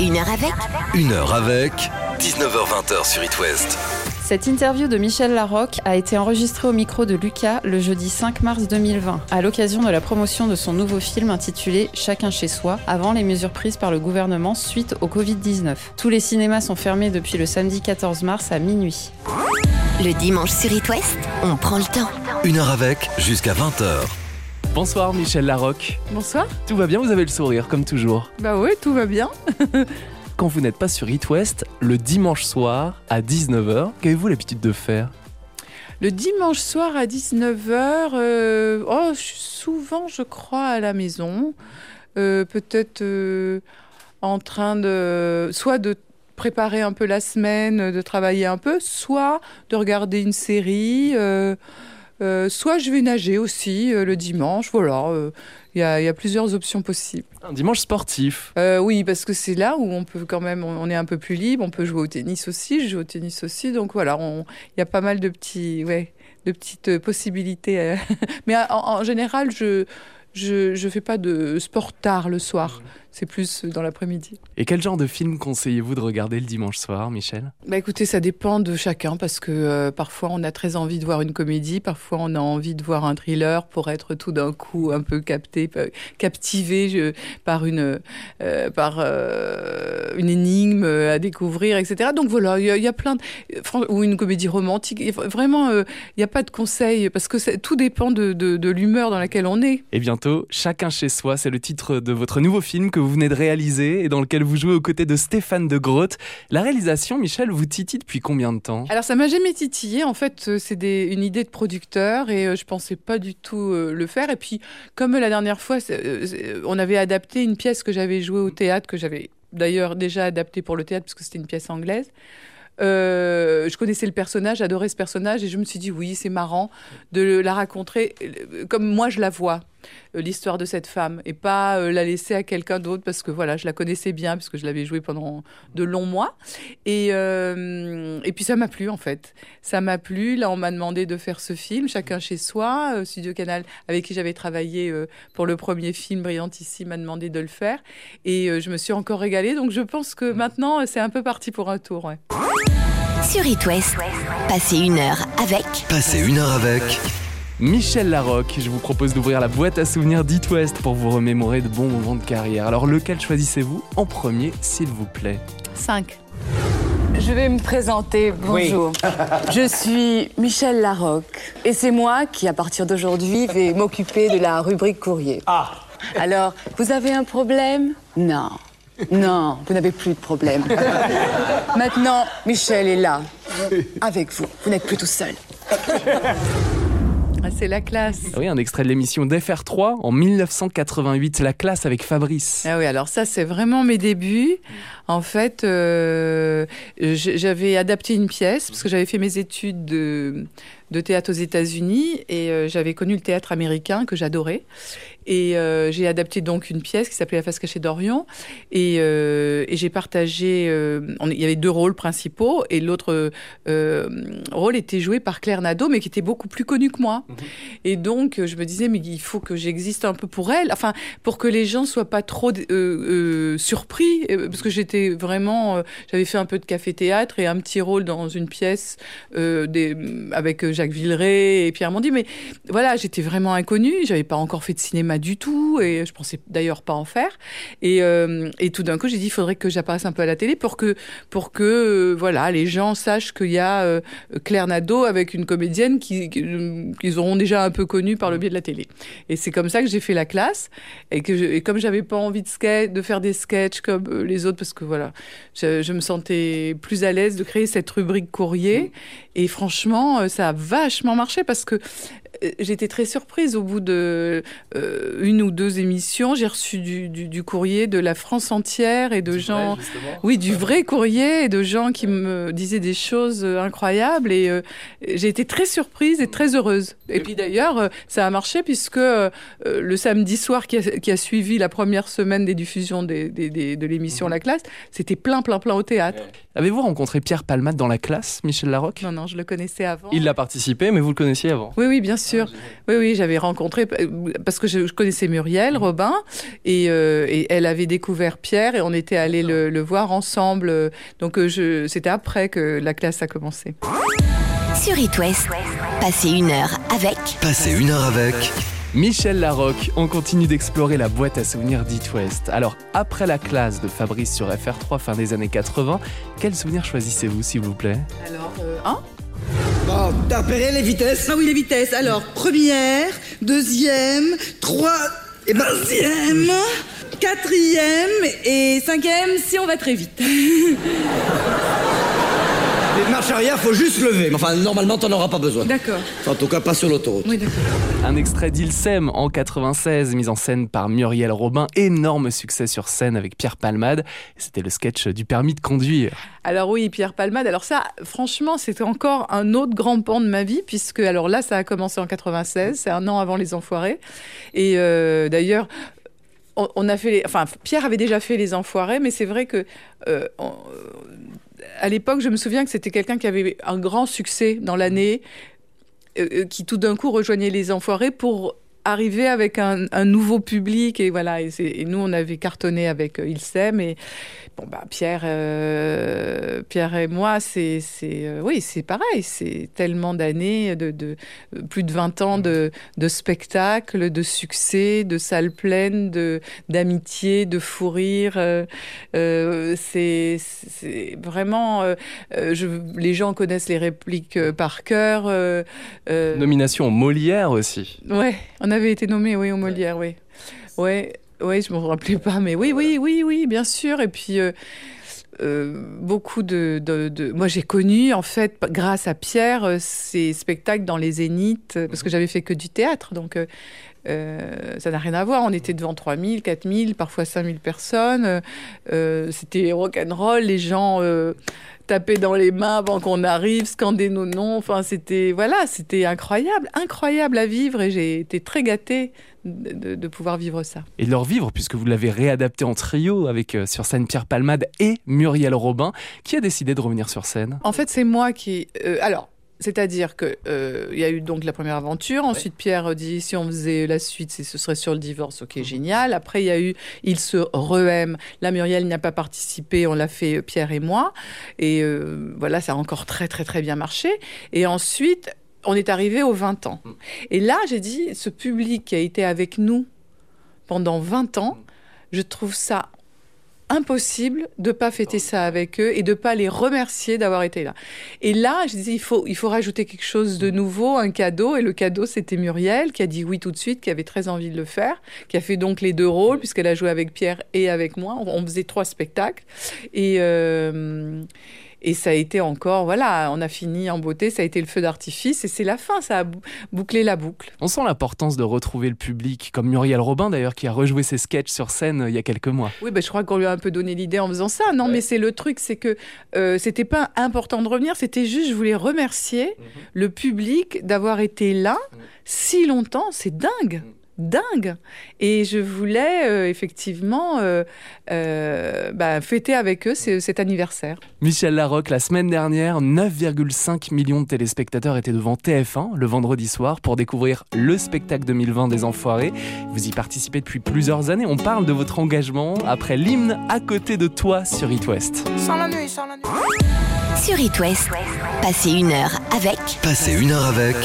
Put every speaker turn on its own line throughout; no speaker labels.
Une heure avec
Une heure avec 19h20 sur It West.
Cette interview de Michel Larocque a été enregistrée au micro de Lucas le jeudi 5 mars 2020, à l'occasion de la promotion de son nouveau film intitulé Chacun chez soi, avant les mesures prises par le gouvernement suite au Covid-19. Tous les cinémas sont fermés depuis le samedi 14 mars à minuit.
le dimanche sur It West, on prend le temps.
Une heure avec jusqu'à 20h.
Bonsoir Michel Larocque.
Bonsoir.
Tout va bien, vous avez le sourire comme toujours.
Bah ouais, tout va bien.
Quand vous n'êtes pas sur It West, le dimanche soir à 19h, qu'avez-vous l'habitude de faire
Le dimanche soir à 19h, oh, je suis souvent, je crois, à la maison. Euh, Peut-être euh, en train de. soit de préparer un peu la semaine, de travailler un peu, soit de regarder une série. euh, euh, soit je vais nager aussi euh, le dimanche, voilà, euh, il y a- il y a plusieurs options possibles.
Un dimanche sportif.
Euh, oui, parce que c'est là où on peut quand même, on on est un peu plus libre, on peut jouer au tennis aussi, je joue au tennis aussi, donc voilà, on- il y a pas mal de petits, ouais, de petites euh, possibilités. euh. Mais euh, en, en général, je je je fais pas de sport tard le soir, c'est plus euh, dans l'après-midi.
Et quel genre de film conseillez-vous de regarder le dimanche soir, Michel
Bah écoutez, ça dépend de chacun parce que euh, parfois on a très envie de voir une comédie, parfois on a envie de voir un thriller pour être tout d'un coup un peu capté, pa- captivé je- par une euh, par euh, une énigme à découvrir, etc. Donc voilà, il y, a- il y a plein de fran- ou une comédie romantique. Et v- Vraiment, euh, il n'y a pas de conseil parce que c'est- tout dépend de, de, de l'humeur dans laquelle on est.
Et bientôt, Eh Chacun chez soi, c'est le titre de votre nouveau film que vous venez de réaliser et dans lequel vous jouez aux côtés de Stéphane de Grotte. La réalisation, Michel, vous titille depuis combien de temps
Alors ça m'a jamais titillé. En fait, euh, c'est des- une idée de producteur et euh, je pensais pas du tout euh, le faire. Et puis, comme la dernière fois, c'est- euh, c'est- on avait adapté une pièce que j'avais jouée au théâtre, que j'avais d'ailleurs déjà adaptée pour le théâtre parce que c'était une pièce anglaise. Euh, je connaissais le personnage, j'adorais ce personnage et je me suis dit oui, c'est marrant de la raconter euh, comme moi je la vois, euh, l'histoire de cette femme et pas euh, la laisser à quelqu'un d'autre parce que voilà, je la connaissais bien parce que je l'avais jouée pendant de longs mois. Et, euh, et puis ça m'a plu en fait. Ça m'a plu. Là, on m'a demandé de faire ce film, chacun chez soi. Euh, Studio Canal, avec qui j'avais travaillé euh, pour le premier film Brillantissime, m'a demandé de le faire. Et euh, je me suis encore régalée. Donc je pense que maintenant, euh, c'est un peu parti pour un tour. ouais.
Sur It West, passez une heure avec
Passez une heure avec
Michel Larocque, je vous propose d'ouvrir la boîte à souvenirs d'It West pour vous remémorer de bons moments de carrière. Alors lequel choisissez-vous en premier, s'il vous plaît
5.
Je vais me présenter, bonjour. Je suis Michel Larocque et c'est moi qui, à partir d'aujourd'hui, vais m'occuper de la rubrique courrier. Ah Alors, vous avez un problème Non. Non, vous n'avez plus de problème. Maintenant, Michel est là, avec vous. Vous n'êtes plus tout seul.
Ah, c'est la classe.
Oui, un extrait de l'émission d'FR3 en 1988, La classe avec Fabrice.
Ah oui, alors ça, c'est vraiment mes débuts. En fait, euh, j- j'avais adapté une pièce, parce que j'avais fait mes études de, de théâtre aux États-Unis, et euh, j'avais connu le théâtre américain, que j'adorais. Et euh, j'ai adapté donc une pièce qui s'appelait La face cachée d'Orient, et, euh, et j'ai partagé... euh, on- il y avait deux rôles principaux, et l'autre euh, rôle était joué par Claire Nadeau, mais qui était beaucoup plus connue que moi. Et donc, euh, je me disais, mais il faut que j'existe un peu pour elle. Enfin, pour que les gens soient pas trop euh, euh, surpris, euh, parce que j'étais vraiment, euh, j'avais fait un peu de café-théâtre et un petit rôle dans une pièce euh, des, avec euh, Jacques Villeray et Pierre Mondy, mais voilà, j'étais vraiment inconnue, j'avais pas encore fait de cinéma du tout et je pensais d'ailleurs pas en faire. Et, euh, et tout d'un coup, j'ai dit, il faudrait que j'apparaisse un peu à la télé pour que, pour que, euh, voilà, les gens sachent qu'il y a euh, Claire Nadeau avec une comédienne qui- qui- euh, qu'ils auront déjà un peu connue par le biais de la télé. Et c'est comme ça que j'ai fait la classe et que je- et comme j'avais pas envie de skate, de faire des sketchs comme euh, les autres parce que voilà, je, je me sentais plus à l'aise de créer cette rubrique courrier et franchement euh, ça a vachement marché parce que euh, J'étais très surprise au bout de euh, une ou deux émissions. J'ai reçu du, du- du courrier de la France entière et de gens oui, du vrai courrier et de gens qui me disaient des choses euh, incroyables et euh, j'ai été très surprise et très heureuse. Et puis d'ailleurs, euh, ça a marché puisque euh, euh, le samedi soir qui a, qui a suivi la première semaine des diffusions des- des- des- de l'émission La Classe, c'était plein, plein, plein au théâtre.
Avez-vous rencontré Pierre Palmade dans la classe, Michel Larocque
Non, non, je le connaissais avant.
Il a participé, mais vous le connaissiez avant.
Oui, oui, bien sûr. Oui, oui, j'avais rencontré, euh, parce que je, je je connaissais Muriel, Robin, et, euh, et elle avait découvert Pierre et on était allés le, le voir ensemble. euh, Donc euh, je, c'était après que la classe a commencé.
Sur It West, passez une heure avec
Passez une heure avec
Michel Larocque, on continue d'explorer la boîte à souvenirs d'It West. Alors, après la classe de Fabrice sur FR3 fin des années 80, quel souvenir choisissez-vous, s'il vous plaît
Alors,
Bon, t'as repéré les vitesses
Ah oui, les vitesses. Alors, première, deuxième, trois, eh ben, et deuxième, quatrième et cinquième si on va très vite.
Les marches arrière, faut juste lever. Mais Enfin, normalement, t'en auras pas besoin.
D'accord.
En tout cas, pas sur l'autoroute.
Oui, d'accord.
Un extrait d'Ilsem en 96, mise en scène par Muriel Robin, énorme succès sur scène avec Pierre Palmade. C'était le sketch du permis de conduire.
Alors oui, Pierre Palmade. Alors ça, franchement, c'était encore un autre grand pan de ma vie, puisque alors là, ça a commencé en 96, c'est un an avant Les Enfoirés. Et euh, d'ailleurs, on, on a fait, les, enfin, Pierre avait déjà fait Les Enfoirés, mais c'est vrai que euh, on- à l'époque, je me souviens que c'était quelqu'un qui avait un grand succès dans l'année, euh, euh, qui tout d'un coup rejoignait Les Enfoirés pour arriver avec un, un nouveau public et voilà et, c'est- et nous on avait cartonné avec euh, Il s'aime et Bon bah Pierre, euh, Pierre et moi, c'est c'est euh, oui c'est pareil, c'est tellement d'années de, de euh, plus de 20 ans de de spectacles, de succès, de salles pleines, de d'amitié, de fou rire. euh, euh, c'est c'est vraiment euh, euh, je, les gens connaissent les répliques euh, par cœur. euh, euh,
Nomination Molière aussi.
Ouais, on avait été nommé, oui, au Molière, oui. Ouais, ouais, je m'en rappelais pas, mais oui, oui, oui, oui, bien sûr. Et puis. euh, euh, beaucoup de, de- de- Moi, j'ai connu, en fait, p- grâce à Pierre, euh, ces spectacles dans les zéniths, euh, parce que j'avais fait que du théâtre, donc euh, euh, ça n'a rien à voir. On était devant 3000, 4000, parfois 5000 personnes. euh, euh, C'était rock'n'roll, les gens euh, tapaient dans les mains avant qu'on arrive, scandaient nos noms. Enfin, c'était... Voilà, c'était incroyable, incroyable à vivre, et j'ai été très gâtée de- de- de pouvoir vivre ça.
Et de leur vivre, puisque vous l'avez réadapté en trio avec euh, sur scène Pierre Palmade et Muriel Robin, qui a décidé de revenir sur scène.
En fait, c'est moi qui. euh, alors. C'est-à-dire que euh, il y a eu donc la première aventure. Ensuite, Pierre dit si on faisait la suite, c'est- ce serait sur le divorce. Ok, génial. Après, il y a eu il se re-aime. La Muriel n'y a pas participé. On l'a fait euh, Pierre et moi. Et euh, voilà, ça a encore très très très bien marché. Et ensuite, on est arrivé aux 20 ans. Et là, j'ai dit ce public qui a été avec nous pendant 20 ans, je trouve ça impossible de pas fêter ça avec eux et de pas les remercier d'avoir été là. Et là, je disais, il faut, il faut rajouter quelque chose de nouveau, un cadeau. Et le cadeau, c'était Muriel, qui a dit oui tout de suite, qui avait très envie de le faire, qui a fait donc les deux rôles, puisqu'elle a joué avec Pierre et avec moi. On, on faisait trois spectacles. Et, euh, et ça a été encore, voilà, on a fini en beauté, ça a été le feu d'artifice, et c'est la fin, ça a bou- bouclé la boucle.
On sent l'importance de retrouver le public, comme Muriel Robin d'ailleurs, qui a rejoué ses sketchs sur scène euh, il y a quelques mois.
Oui, ben, je crois qu'on lui a un peu donné l'idée en faisant ça. Non, mais c'est le truc, c'est que euh, c'était pas important de revenir, c'était juste, je voulais remercier le public d'avoir été là si longtemps. C'est dingue! Dingue Et je voulais euh, effectivement euh, euh, bah, fêter avec eux ce- cet anniversaire.
Michel Larocque, la semaine dernière, 9,5 millions de téléspectateurs étaient devant TF1 le vendredi soir pour découvrir le spectacle 2020 des Enfoirés. Vous y participez depuis plusieurs années. On parle de votre engagement après l'hymne à côté de toi sur It West.
Sur It West, passez une heure avec
Passez une heure avec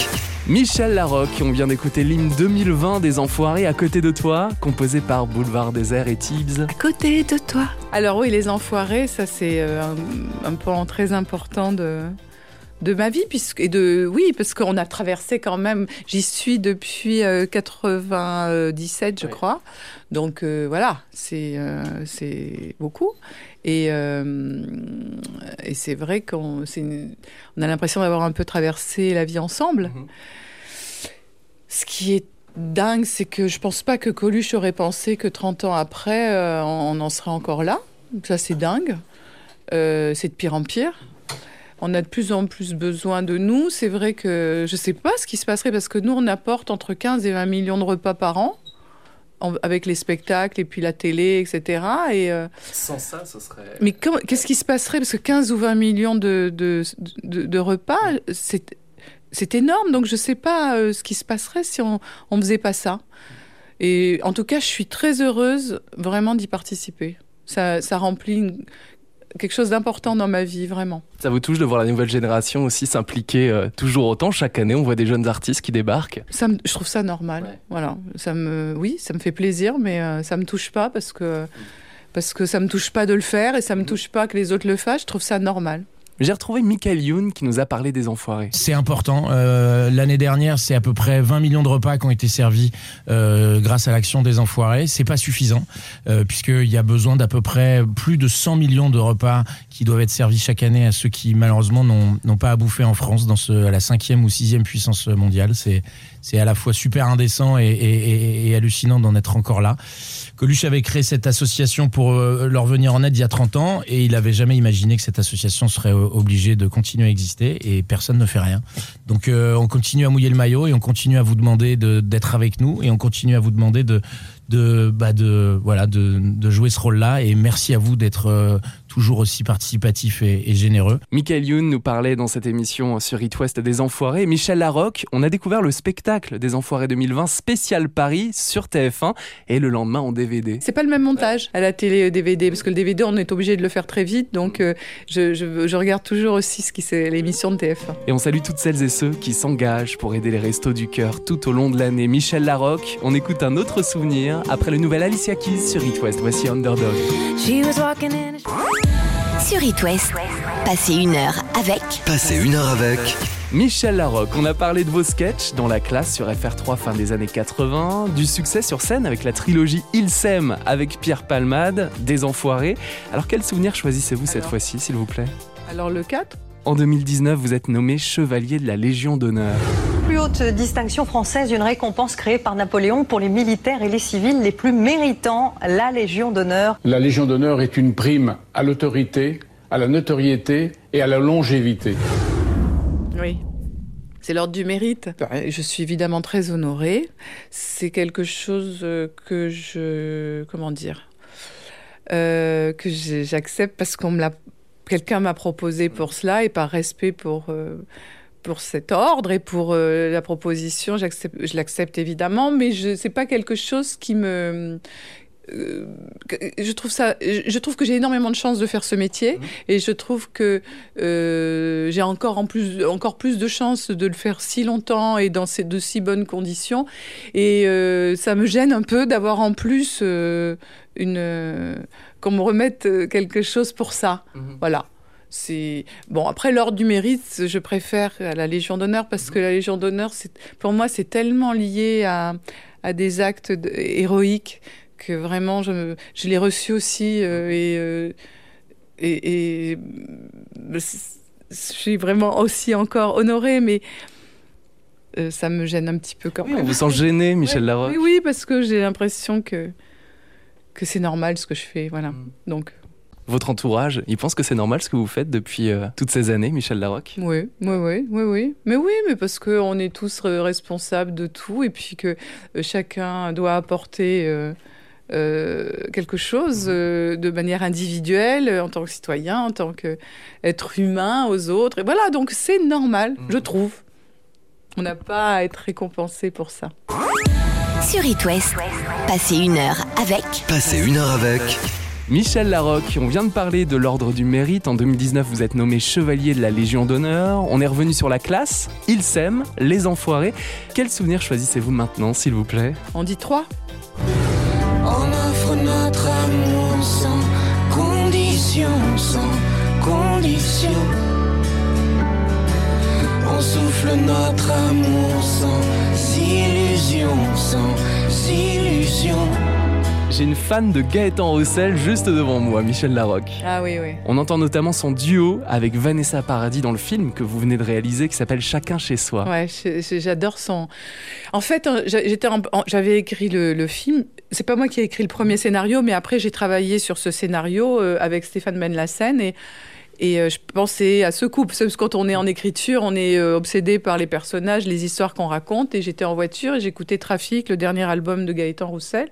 Michel Larocque, on vient d'écouter l'hymne 2020 des Enfoirés à côté de toi, composé par Boulevard Désert et Tibbs.
Côté de toi.
Alors oui, les enfoirés, ça c'est euh, un, un pan très important de de ma vie puisque et de oui parce qu'on a traversé quand même j'y suis depuis euh, 97 je crois donc euh, voilà c'est euh, c'est beaucoup et euh, et c'est vrai qu'on c'est une- on a l'impression d'avoir un peu traversé la vie ensemble
Mhm.
ce qui est dingue c'est que je pense pas que Coluche aurait pensé que 30 ans après euh, on, on en serait encore là ça c'est dingue Euh, c'est de pire en pire on a de plus en plus besoin de nous. C'est vrai que je ne sais pas ce qui se passerait parce que nous, on apporte entre 15 et 20 millions de repas par an en- avec les spectacles et puis la télé, etc. Et, euh,
Sans ça, ce serait...
mais comment- qu'est-ce qui se passerait Parce que 15 ou 20 millions de, de, de- de repas, c'est, c'est énorme. Donc je ne sais pas euh, ce qui se passerait si on ne faisait pas ça. Et en tout cas, je suis très heureuse vraiment d'y participer. Ça, ça remplit une- quelque chose d'important dans ma vie, vraiment.
Ça vous touche de voir la nouvelle génération aussi s'impliquer euh, toujours autant. Chaque année, on voit des jeunes artistes qui débarquent.
Ça me- je trouve ça normal.
Ouais.
Voilà, ça me, oui, ça me fait plaisir, mais euh, ça me touche pas parce que parce que ça me touche pas de le faire et ça me touche pas que les autres le fassent. Je trouve ça normal.
J'ai retrouvé Michael Youn qui nous a parlé des enfoirés.
C'est important. Euh, L'année dernière, c'est à peu près 20 millions de repas qui ont été servis euh, grâce à l'action des enfoirés. C'est pas suffisant euh, puisqu'il y a besoin d'à peu près plus de 100 millions de repas qui doivent être servis chaque année à ceux qui malheureusement n'ont n'ont pas à bouffer en France dans ce, à la cinquième ou sixième puissance mondiale. C'est c'est à la fois super indécent et, et- et- et hallucinant d'en être encore là. Coluche avait créé cette association pour euh, leur venir en aide il y a 30 ans et il n'avait jamais imaginé que cette association serait euh, obligée de continuer à exister et personne ne fait rien. Donc euh, on continue à mouiller le maillot et on continue à vous demander de- d'être avec nous et on continue à vous demander de, de, bah, de, voilà, de, de jouer ce rôle-là et merci à vous d'être euh, toujours aussi participatif et- et généreux.
Michael Youn nous parlait dans cette émission sur It West des enfoirés. Michel Larocque, on a découvert le spectacle des enfoirés 2020 spécial Paris sur TF1 et le lendemain en DVD.
C'est pas le même montage à la télé euh, DVD parce que le DVD on est obligé de le faire très vite, donc euh, je, je, je regarde toujours aussi ce qui c'est l'émission de TF1.
Et on salue toutes celles et ceux qui s'engagent pour aider les restos du cœur tout au long de l'année. Michel Larocque, on écoute un autre souvenir après le nouvel Alicia Keys sur It West. Voici Underdog.
Sur It West, passez une heure avec
Passez une heure avec
Michel Larocque, on a parlé de vos sketchs dans la classe sur FR3 fin des années 80, du succès sur scène avec la trilogie Il s'aime avec Pierre Palmade, des enfoirés. Alors quel souvenir choisissez-vous cette
Alors.
fois-ci, s'il vous plaît
Alors le 4
En 2019, vous êtes nommé chevalier de la Légion d'honneur.
Plus haute distinction française, une récompense créée par Napoléon pour les militaires et les civils les plus méritants, la Légion d'honneur.
La Légion d'honneur est une prime à l'autorité, à la notoriété et à la longévité.
Oui. C'est l'ordre du mérite. Je suis évidemment très honorée. C'est quelque chose euh, que je. Comment dire Euh, Que j'ai- j'accepte parce qu'on me l'a. Quelqu'un m'a proposé pour cela et par respect pour. euh, pour cet ordre et pour euh, la proposition, j'accepte- je l'accepte évidemment, mais je c'est pas quelque chose qui me euh, que- je trouve ça je je trouve que j'ai énormément de chance de faire ce métier et je trouve que euh, j'ai encore en plus encore plus de chances de le faire si longtemps et dans ces de si bonnes conditions et euh, ça me gêne un peu d'avoir en plus euh, une euh, qu'on me remette euh, quelque chose pour ça
Mhm.
voilà c'est bon après l'ordre du mérite je préfère à la Légion d'honneur
Mhm.
parce que la Légion d'honneur c'est pour moi c'est tellement lié à à des actes de- héroïques que vraiment je me- je l'ai reçu aussi
Mhm.
euh, et euh, et, et, euh, c- je suis vraiment aussi encore honorée, mais euh, ça me gêne un petit peu quand
Oui, on
même.
vous sent gêné, Michel
Ouais.
Larocque.
Oui, oui, parce que j'ai l'impression que que c'est normal ce que je fais, voilà. Donc,
Votre entourage, il pense que c'est normal ce que vous faites depuis euh, toutes ces années, Michel Larocque
oui, oui, oui, oui, oui. Mais oui, mais parce que on est tous euh, responsables de tout et puis que euh, chacun doit apporter. euh, euh, quelque chose euh, de manière individuelle euh, en tant que citoyen, en tant qu'être humain aux autres. Et voilà, donc c'est normal, je trouve. On n'a pas à être récompensé pour ça.
Sur It West, passez une heure avec
Passez une heure avec
Michel Larocque, on vient de parler de l'ordre du mérite. En 2019, vous êtes nommé chevalier de la Légion d'honneur. On est revenu sur la classe, il s'aime, les enfoirés. Quel souvenir choisissez-vous maintenant, s'il vous plaît
On dit trois
On offre notre amour sans condition, sans condition. On souffle notre amour sans illusion, sans illusion.
J'ai une fan de Gaëtan Roussel juste devant moi, Michel Larocque.
Ah oui, oui.
On entend notamment son duo avec Vanessa Paradis dans le film que vous venez de réaliser qui s'appelle Chacun chez soi.
Ouais, je- je- j'adore son. En fait, euh, j'a- j'étais, en- en- j'avais écrit le, le film. C'est pas moi qui ai écrit le premier scénario, mais après j'ai travaillé sur ce scénario euh, avec Stéphane Benlassen et et euh, je pensais à ce couple. Parce que quand on est en écriture, on est euh, obsédé par les personnages, les histoires qu'on raconte. Et j'étais en voiture et j'écoutais Trafic, le dernier album de Gaëtan Roussel.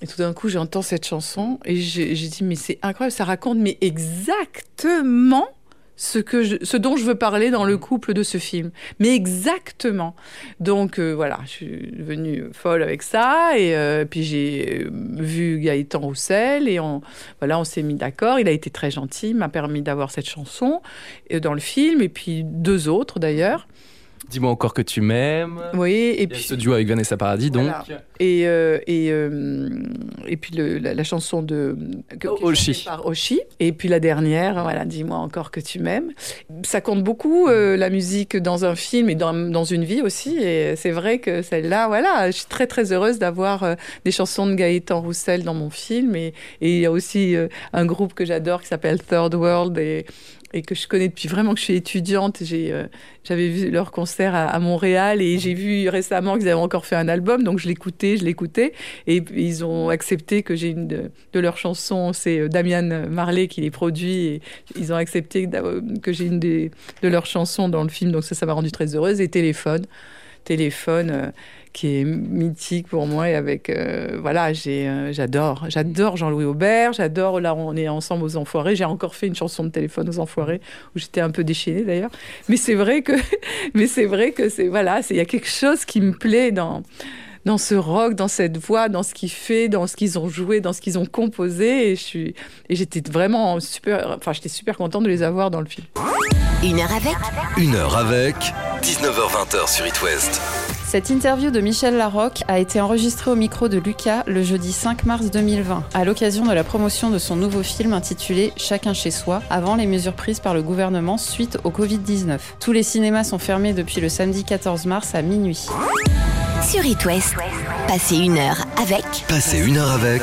Et tout d'un coup, j'entends cette chanson et j'ai j'ai dit mais c'est incroyable, ça raconte mais exactement ce, que je, ce dont je veux parler dans le couple de ce film. Mais exactement. Donc euh, voilà, je suis devenue folle avec ça. Et euh, puis j'ai euh, vu Gaëtan Roussel et on, voilà, on s'est mis d'accord. Il a été très gentil, il m'a permis d'avoir cette chanson euh, dans le film et puis deux autres d'ailleurs.
Dis-moi encore que tu m'aimes.
Oui, et
Il y a
puis
ce duo avec Vanessa Paradis, donc.
Voilà. Et, euh, et, euh, et puis le- la, la chanson de que- qui est
Oshi.
chantée par Oshi. Et puis la dernière, voilà, dis-moi encore que tu m'aimes. Ça compte beaucoup euh, la musique dans un film et dans, dans une vie aussi. Et c'est vrai que celle-là, voilà, je suis très très heureuse d'avoir euh, des chansons de Gaëtan Roussel dans mon film. Et, et il y a aussi euh, un groupe que j'adore qui s'appelle Third World et, et que je connais depuis vraiment que je suis étudiante. J'ai, euh, j'avais vu leur concert à, à Montréal et j'ai vu récemment qu'ils avaient encore fait un album, donc je l'écoutais, je l'écoutais. Et puis ils ont accepté que j'ai une de, de leurs chansons, c'est euh, Damian Marley qui les produit. Et ils ont accepté d'a- euh, que j'ai une des- de leurs chansons dans le film, donc ça, ça m'a rendue très heureuse. Et Téléphone, Téléphone euh, qui est mythique pour moi et avec euh, voilà j'ai euh, j'adore j'adore Jean-Louis Aubert j'adore là on est ensemble aux Enfoirés j'ai encore fait une chanson de téléphone aux Enfoirés où j'étais un peu déchaînée d'ailleurs mais c'est vrai que mais c'est vrai que c'est voilà c'est il y a quelque chose qui me plaît dans dans ce rock, dans cette voix, dans ce qu'il fait, dans ce qu'ils ont joué, dans ce qu'ils ont composé, et je suis, et j'étais vraiment super, enfin j'étais super contente de les avoir dans le film.
Une heure avec
Une heure avec 19h20 sur It West.
Cette interview de Michel Larocque a été enregistrée au micro de Lucas le jeudi 5 mars 2020, à l'occasion de la promotion de son nouveau film intitulé Chacun chez soi, avant les mesures prises par le gouvernement suite au Covid-19. Tous les cinémas sont fermés depuis le samedi 14 mars à minuit.
sur It West. Passez une heure avec
Passez une heure avec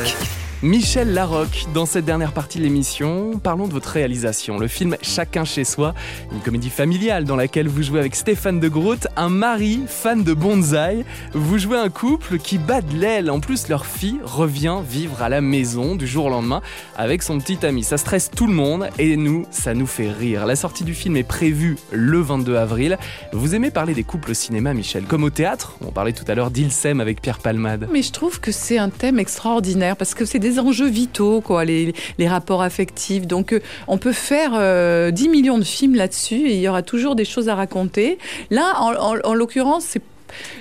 Michel Larocque, dans cette dernière partie de l'émission, parlons de votre réalisation. Le film Chacun chez soi, une comédie familiale dans laquelle vous jouez avec Stéphane de Groot, un mari fan de bonsaï. Vous jouez un couple qui bat de l'aile. En plus, leur fille revient vivre à la maison du jour au lendemain avec son petit ami. Ça stresse tout le monde et nous, ça nous fait rire. La sortie du film est prévue le 22 avril. Vous aimez parler des couples au cinéma, Michel, comme au théâtre On parlait tout à l'heure d'Ilsem avec Pierre Palmade.
Mais je trouve que c'est un thème extraordinaire parce que c'est des enjeux vitaux, quoi, les, les rapports affectifs. Donc, euh, on peut faire euh, 10 millions de films là-dessus et il y aura toujours des choses à raconter. Là, en, en- en l'occurrence, c'est,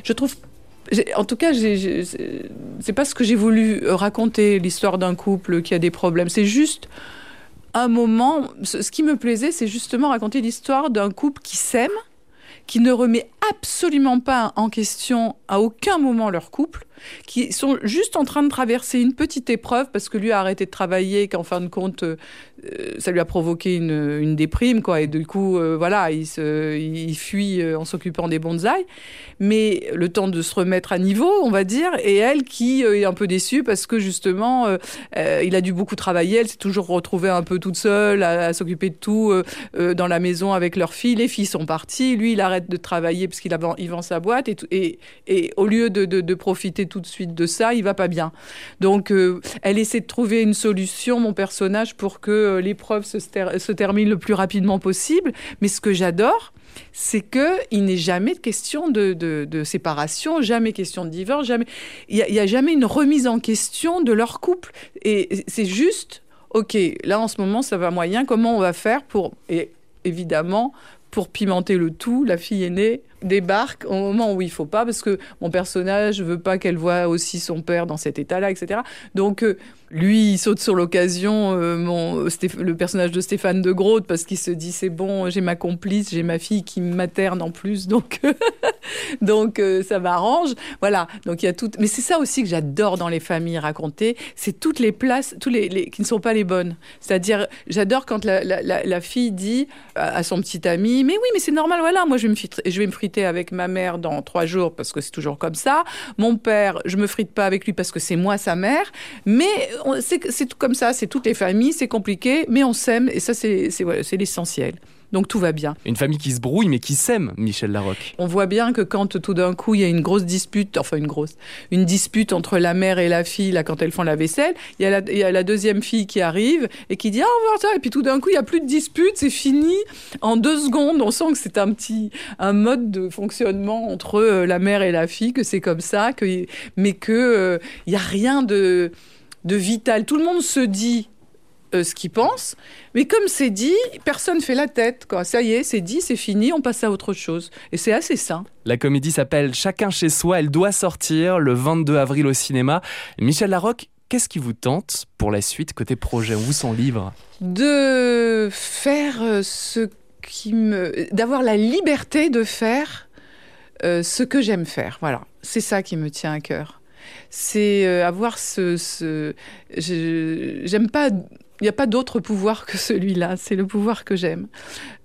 je trouve. j'ai- En tout cas, j'ai- j'ai- c'est- c'est pas ce que j'ai voulu euh, raconter, l'histoire d'un couple qui a des problèmes. C'est juste un moment. Ce, ce qui me plaisait, c'est justement raconter l'histoire d'un couple qui s'aime, qui ne remet absolument pas en question à aucun moment leur couple, qui sont juste en train de traverser une petite épreuve parce que lui a arrêté de travailler, qu'en fin de compte, euh, euh, ça lui a provoqué une, une déprime, quoi. Et du coup, euh, voilà, il, se, il fuit euh, en s'occupant des bonsaïs. Mais le temps de se remettre à niveau, on va dire, et elle qui euh, est un peu déçue parce que justement, euh, euh, il a dû beaucoup travailler, elle s'est toujours retrouvée un peu toute seule, à, à s'occuper de tout euh, euh, dans la maison avec leurs filles. Les filles sont parties, lui, il arrête de travailler parce qu'il avan- il vend sa boîte et, tout- et, et au lieu de, de- de profiter tout de suite de ça, il va pas bien. Donc, euh, elle essaie de trouver une solution, mon personnage, pour que euh, l'épreuve se, ster- se termine le plus rapidement possible. Mais ce que j'adore, c'est que il n'est jamais question de, de- de séparation, jamais question de divorce, jamais. Il n'y a, il y a jamais une remise en question de leur couple. Et c'est juste, ok, là en ce moment ça va moyen. Comment on va faire pour et évidemment pour pimenter le tout, la fille aînée débarque au moment où il faut pas parce que mon personnage veut pas qu'elle voit aussi son père dans cet état-là, etc. Donc euh, lui, il saute sur l'occasion, euh, mon Stéph- le personnage de Stéphane de Groot, parce qu'il se dit c'est bon, j'ai ma complice, j'ai ma fille qui me materne en plus, donc donc euh, ça m'arrange. Voilà. Donc il y a tout. Mais c'est ça aussi que j'adore dans les familles racontées, c'est toutes les places, tous les, les- qui ne sont pas les bonnes. C'est-à-dire, j'adore quand la, la- la- la fille dit à, à son petit ami, mais oui, mais c'est normal. Voilà, moi je vais me fitr- je vais me friter avec ma mère dans trois jours parce que c'est toujours comme ça. Mon père, je me frite pas avec lui parce que c'est moi sa mère. Mais on- c'est c'est tout comme ça. C'est toutes les familles, c'est compliqué, mais on s'aime et ça c'est c'est voilà, c'est l'essentiel. Donc tout va bien.
Une famille qui se brouille mais qui s'aime, Michel Larocque.
On voit bien que quand tout d'un coup il y a une grosse dispute, enfin une grosse, une dispute entre la mère et la fille, là quand elles font la vaisselle, il y a la, il y a la deuxième fille qui arrive et qui dit ah on va voir ça, et puis tout d'un coup il y a plus de dispute, c'est fini en deux secondes. On sent que c'est un petit, un mode de fonctionnement entre euh, la mère et la fille, que c'est comme ça, que mais que euh, il y a rien de de vital. Tout le monde se dit euh, ce qu'ils pensent. Mais comme c'est dit, personne fait la tête. Quoi. Ça y est, c'est dit, c'est fini, on passe à autre chose. Et c'est assez sain.
La comédie s'appelle Chacun chez soi, elle doit sortir le 22 avril au cinéma. Michel Larocque, qu'est-ce qui vous tente pour la suite côté projet Où sont livres
De faire euh, ce qui me. d'avoir la liberté de faire euh, ce que j'aime faire. Voilà. C'est ça qui me tient à cœur. C'est euh, avoir ce. ce... je- J'aime pas. Il n'y a pas d'autre pouvoir que celui-là. C'est le pouvoir que j'aime.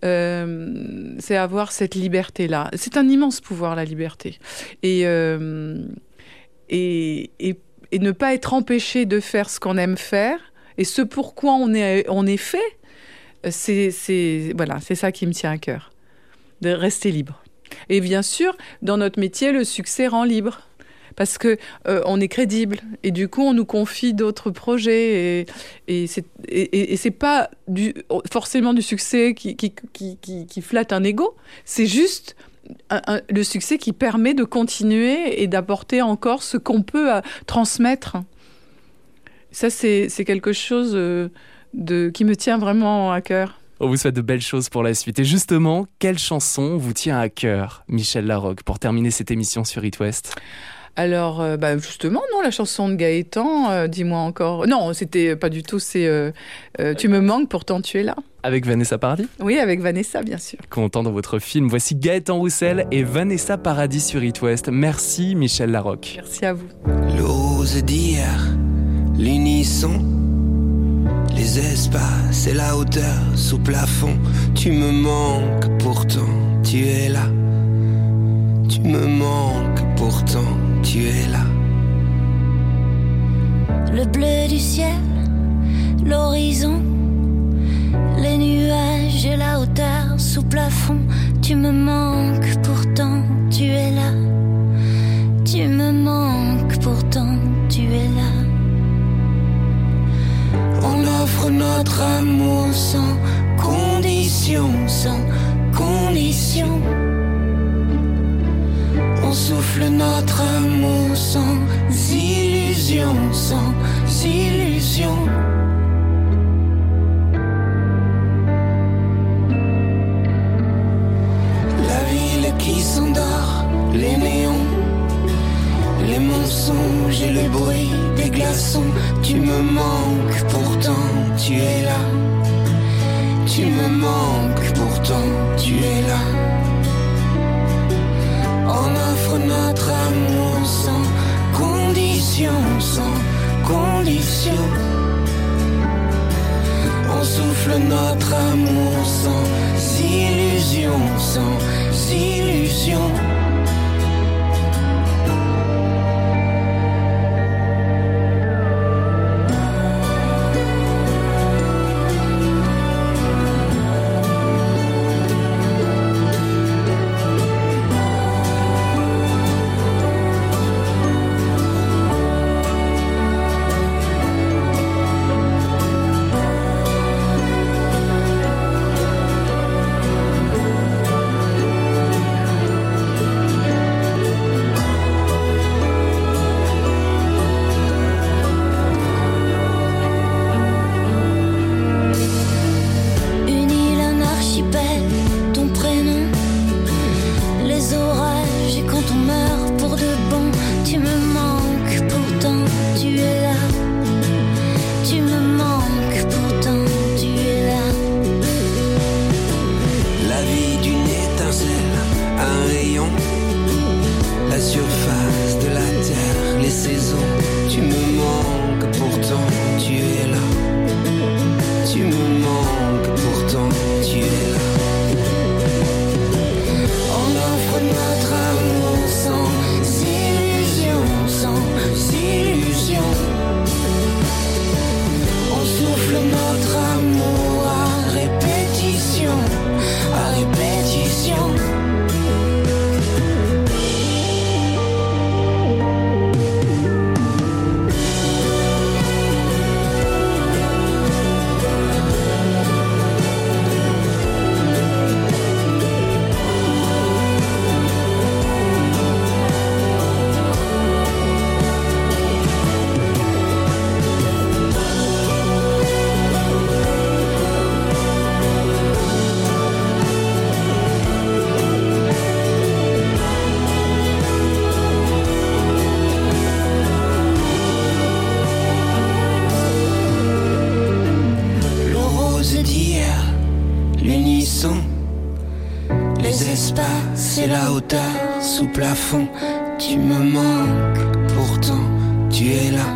Euh, c'est avoir cette liberté-là. C'est un immense pouvoir, la liberté. Et, euh, et, et, et ne pas être empêché de faire ce qu'on aime faire et ce pourquoi on est, on est fait, euh, c'est c'est- voilà, c'est ça qui me tient à cœur. De rester libre. Et bien sûr, dans notre métier, le succès rend libre. Parce que euh, on est crédible et du coup on nous confie d'autres projets et, et c'est et- et- et c'est pas du, forcément du succès qui, qui, qui, qui- qui flatte un ego, c'est juste un- un- le succès qui permet de continuer et d'apporter encore ce qu'on peut à transmettre. Ça, c'est c'est quelque chose euh, de, qui me tient vraiment à cœur.
On vous souhaite de belles choses pour la suite. Et justement, quelle chanson vous tient à cœur, Michel Larocque, pour terminer cette émission sur It West
Alors, euh, bah, justement, non, la chanson de Gaëtan, euh, dis-moi encore. Non, c'était pas du tout, c'est euh, euh, Tu me manques, pourtant tu es là.
Avec Vanessa Paradis
Oui, avec Vanessa, bien sûr.
Content dans votre film. Voici Gaëtan Roussel et Vanessa Paradis sur It West. Merci, Michel Larocque.
Merci à vous.
L'ose dire, l'unisson, les espaces et la hauteur sous plafond. Tu me manques pourtant, tu es là. Tu me manques pourtant, tu es là.
le bleu du ciel, l'horizon, les nuages et la hauteur sous plafond. Tu me manques, pourtant tu es là. Tu me manques, pourtant tu es là.
On offre notre amour sans condition, sans condition. On souffle notre amour sans illusion, sans illusion. La ville qui s'endort, les néons, les mensonges et le bruit des glaçons. Tu me manques, pourtant tu es là. Tu me manques, pourtant tu es là. On offre notre amour sans condition, sans condition. On souffle notre amour sans illusion, sans illusion. les espaces et la hauteur sous plafond. Tu me manques, pourtant tu es là.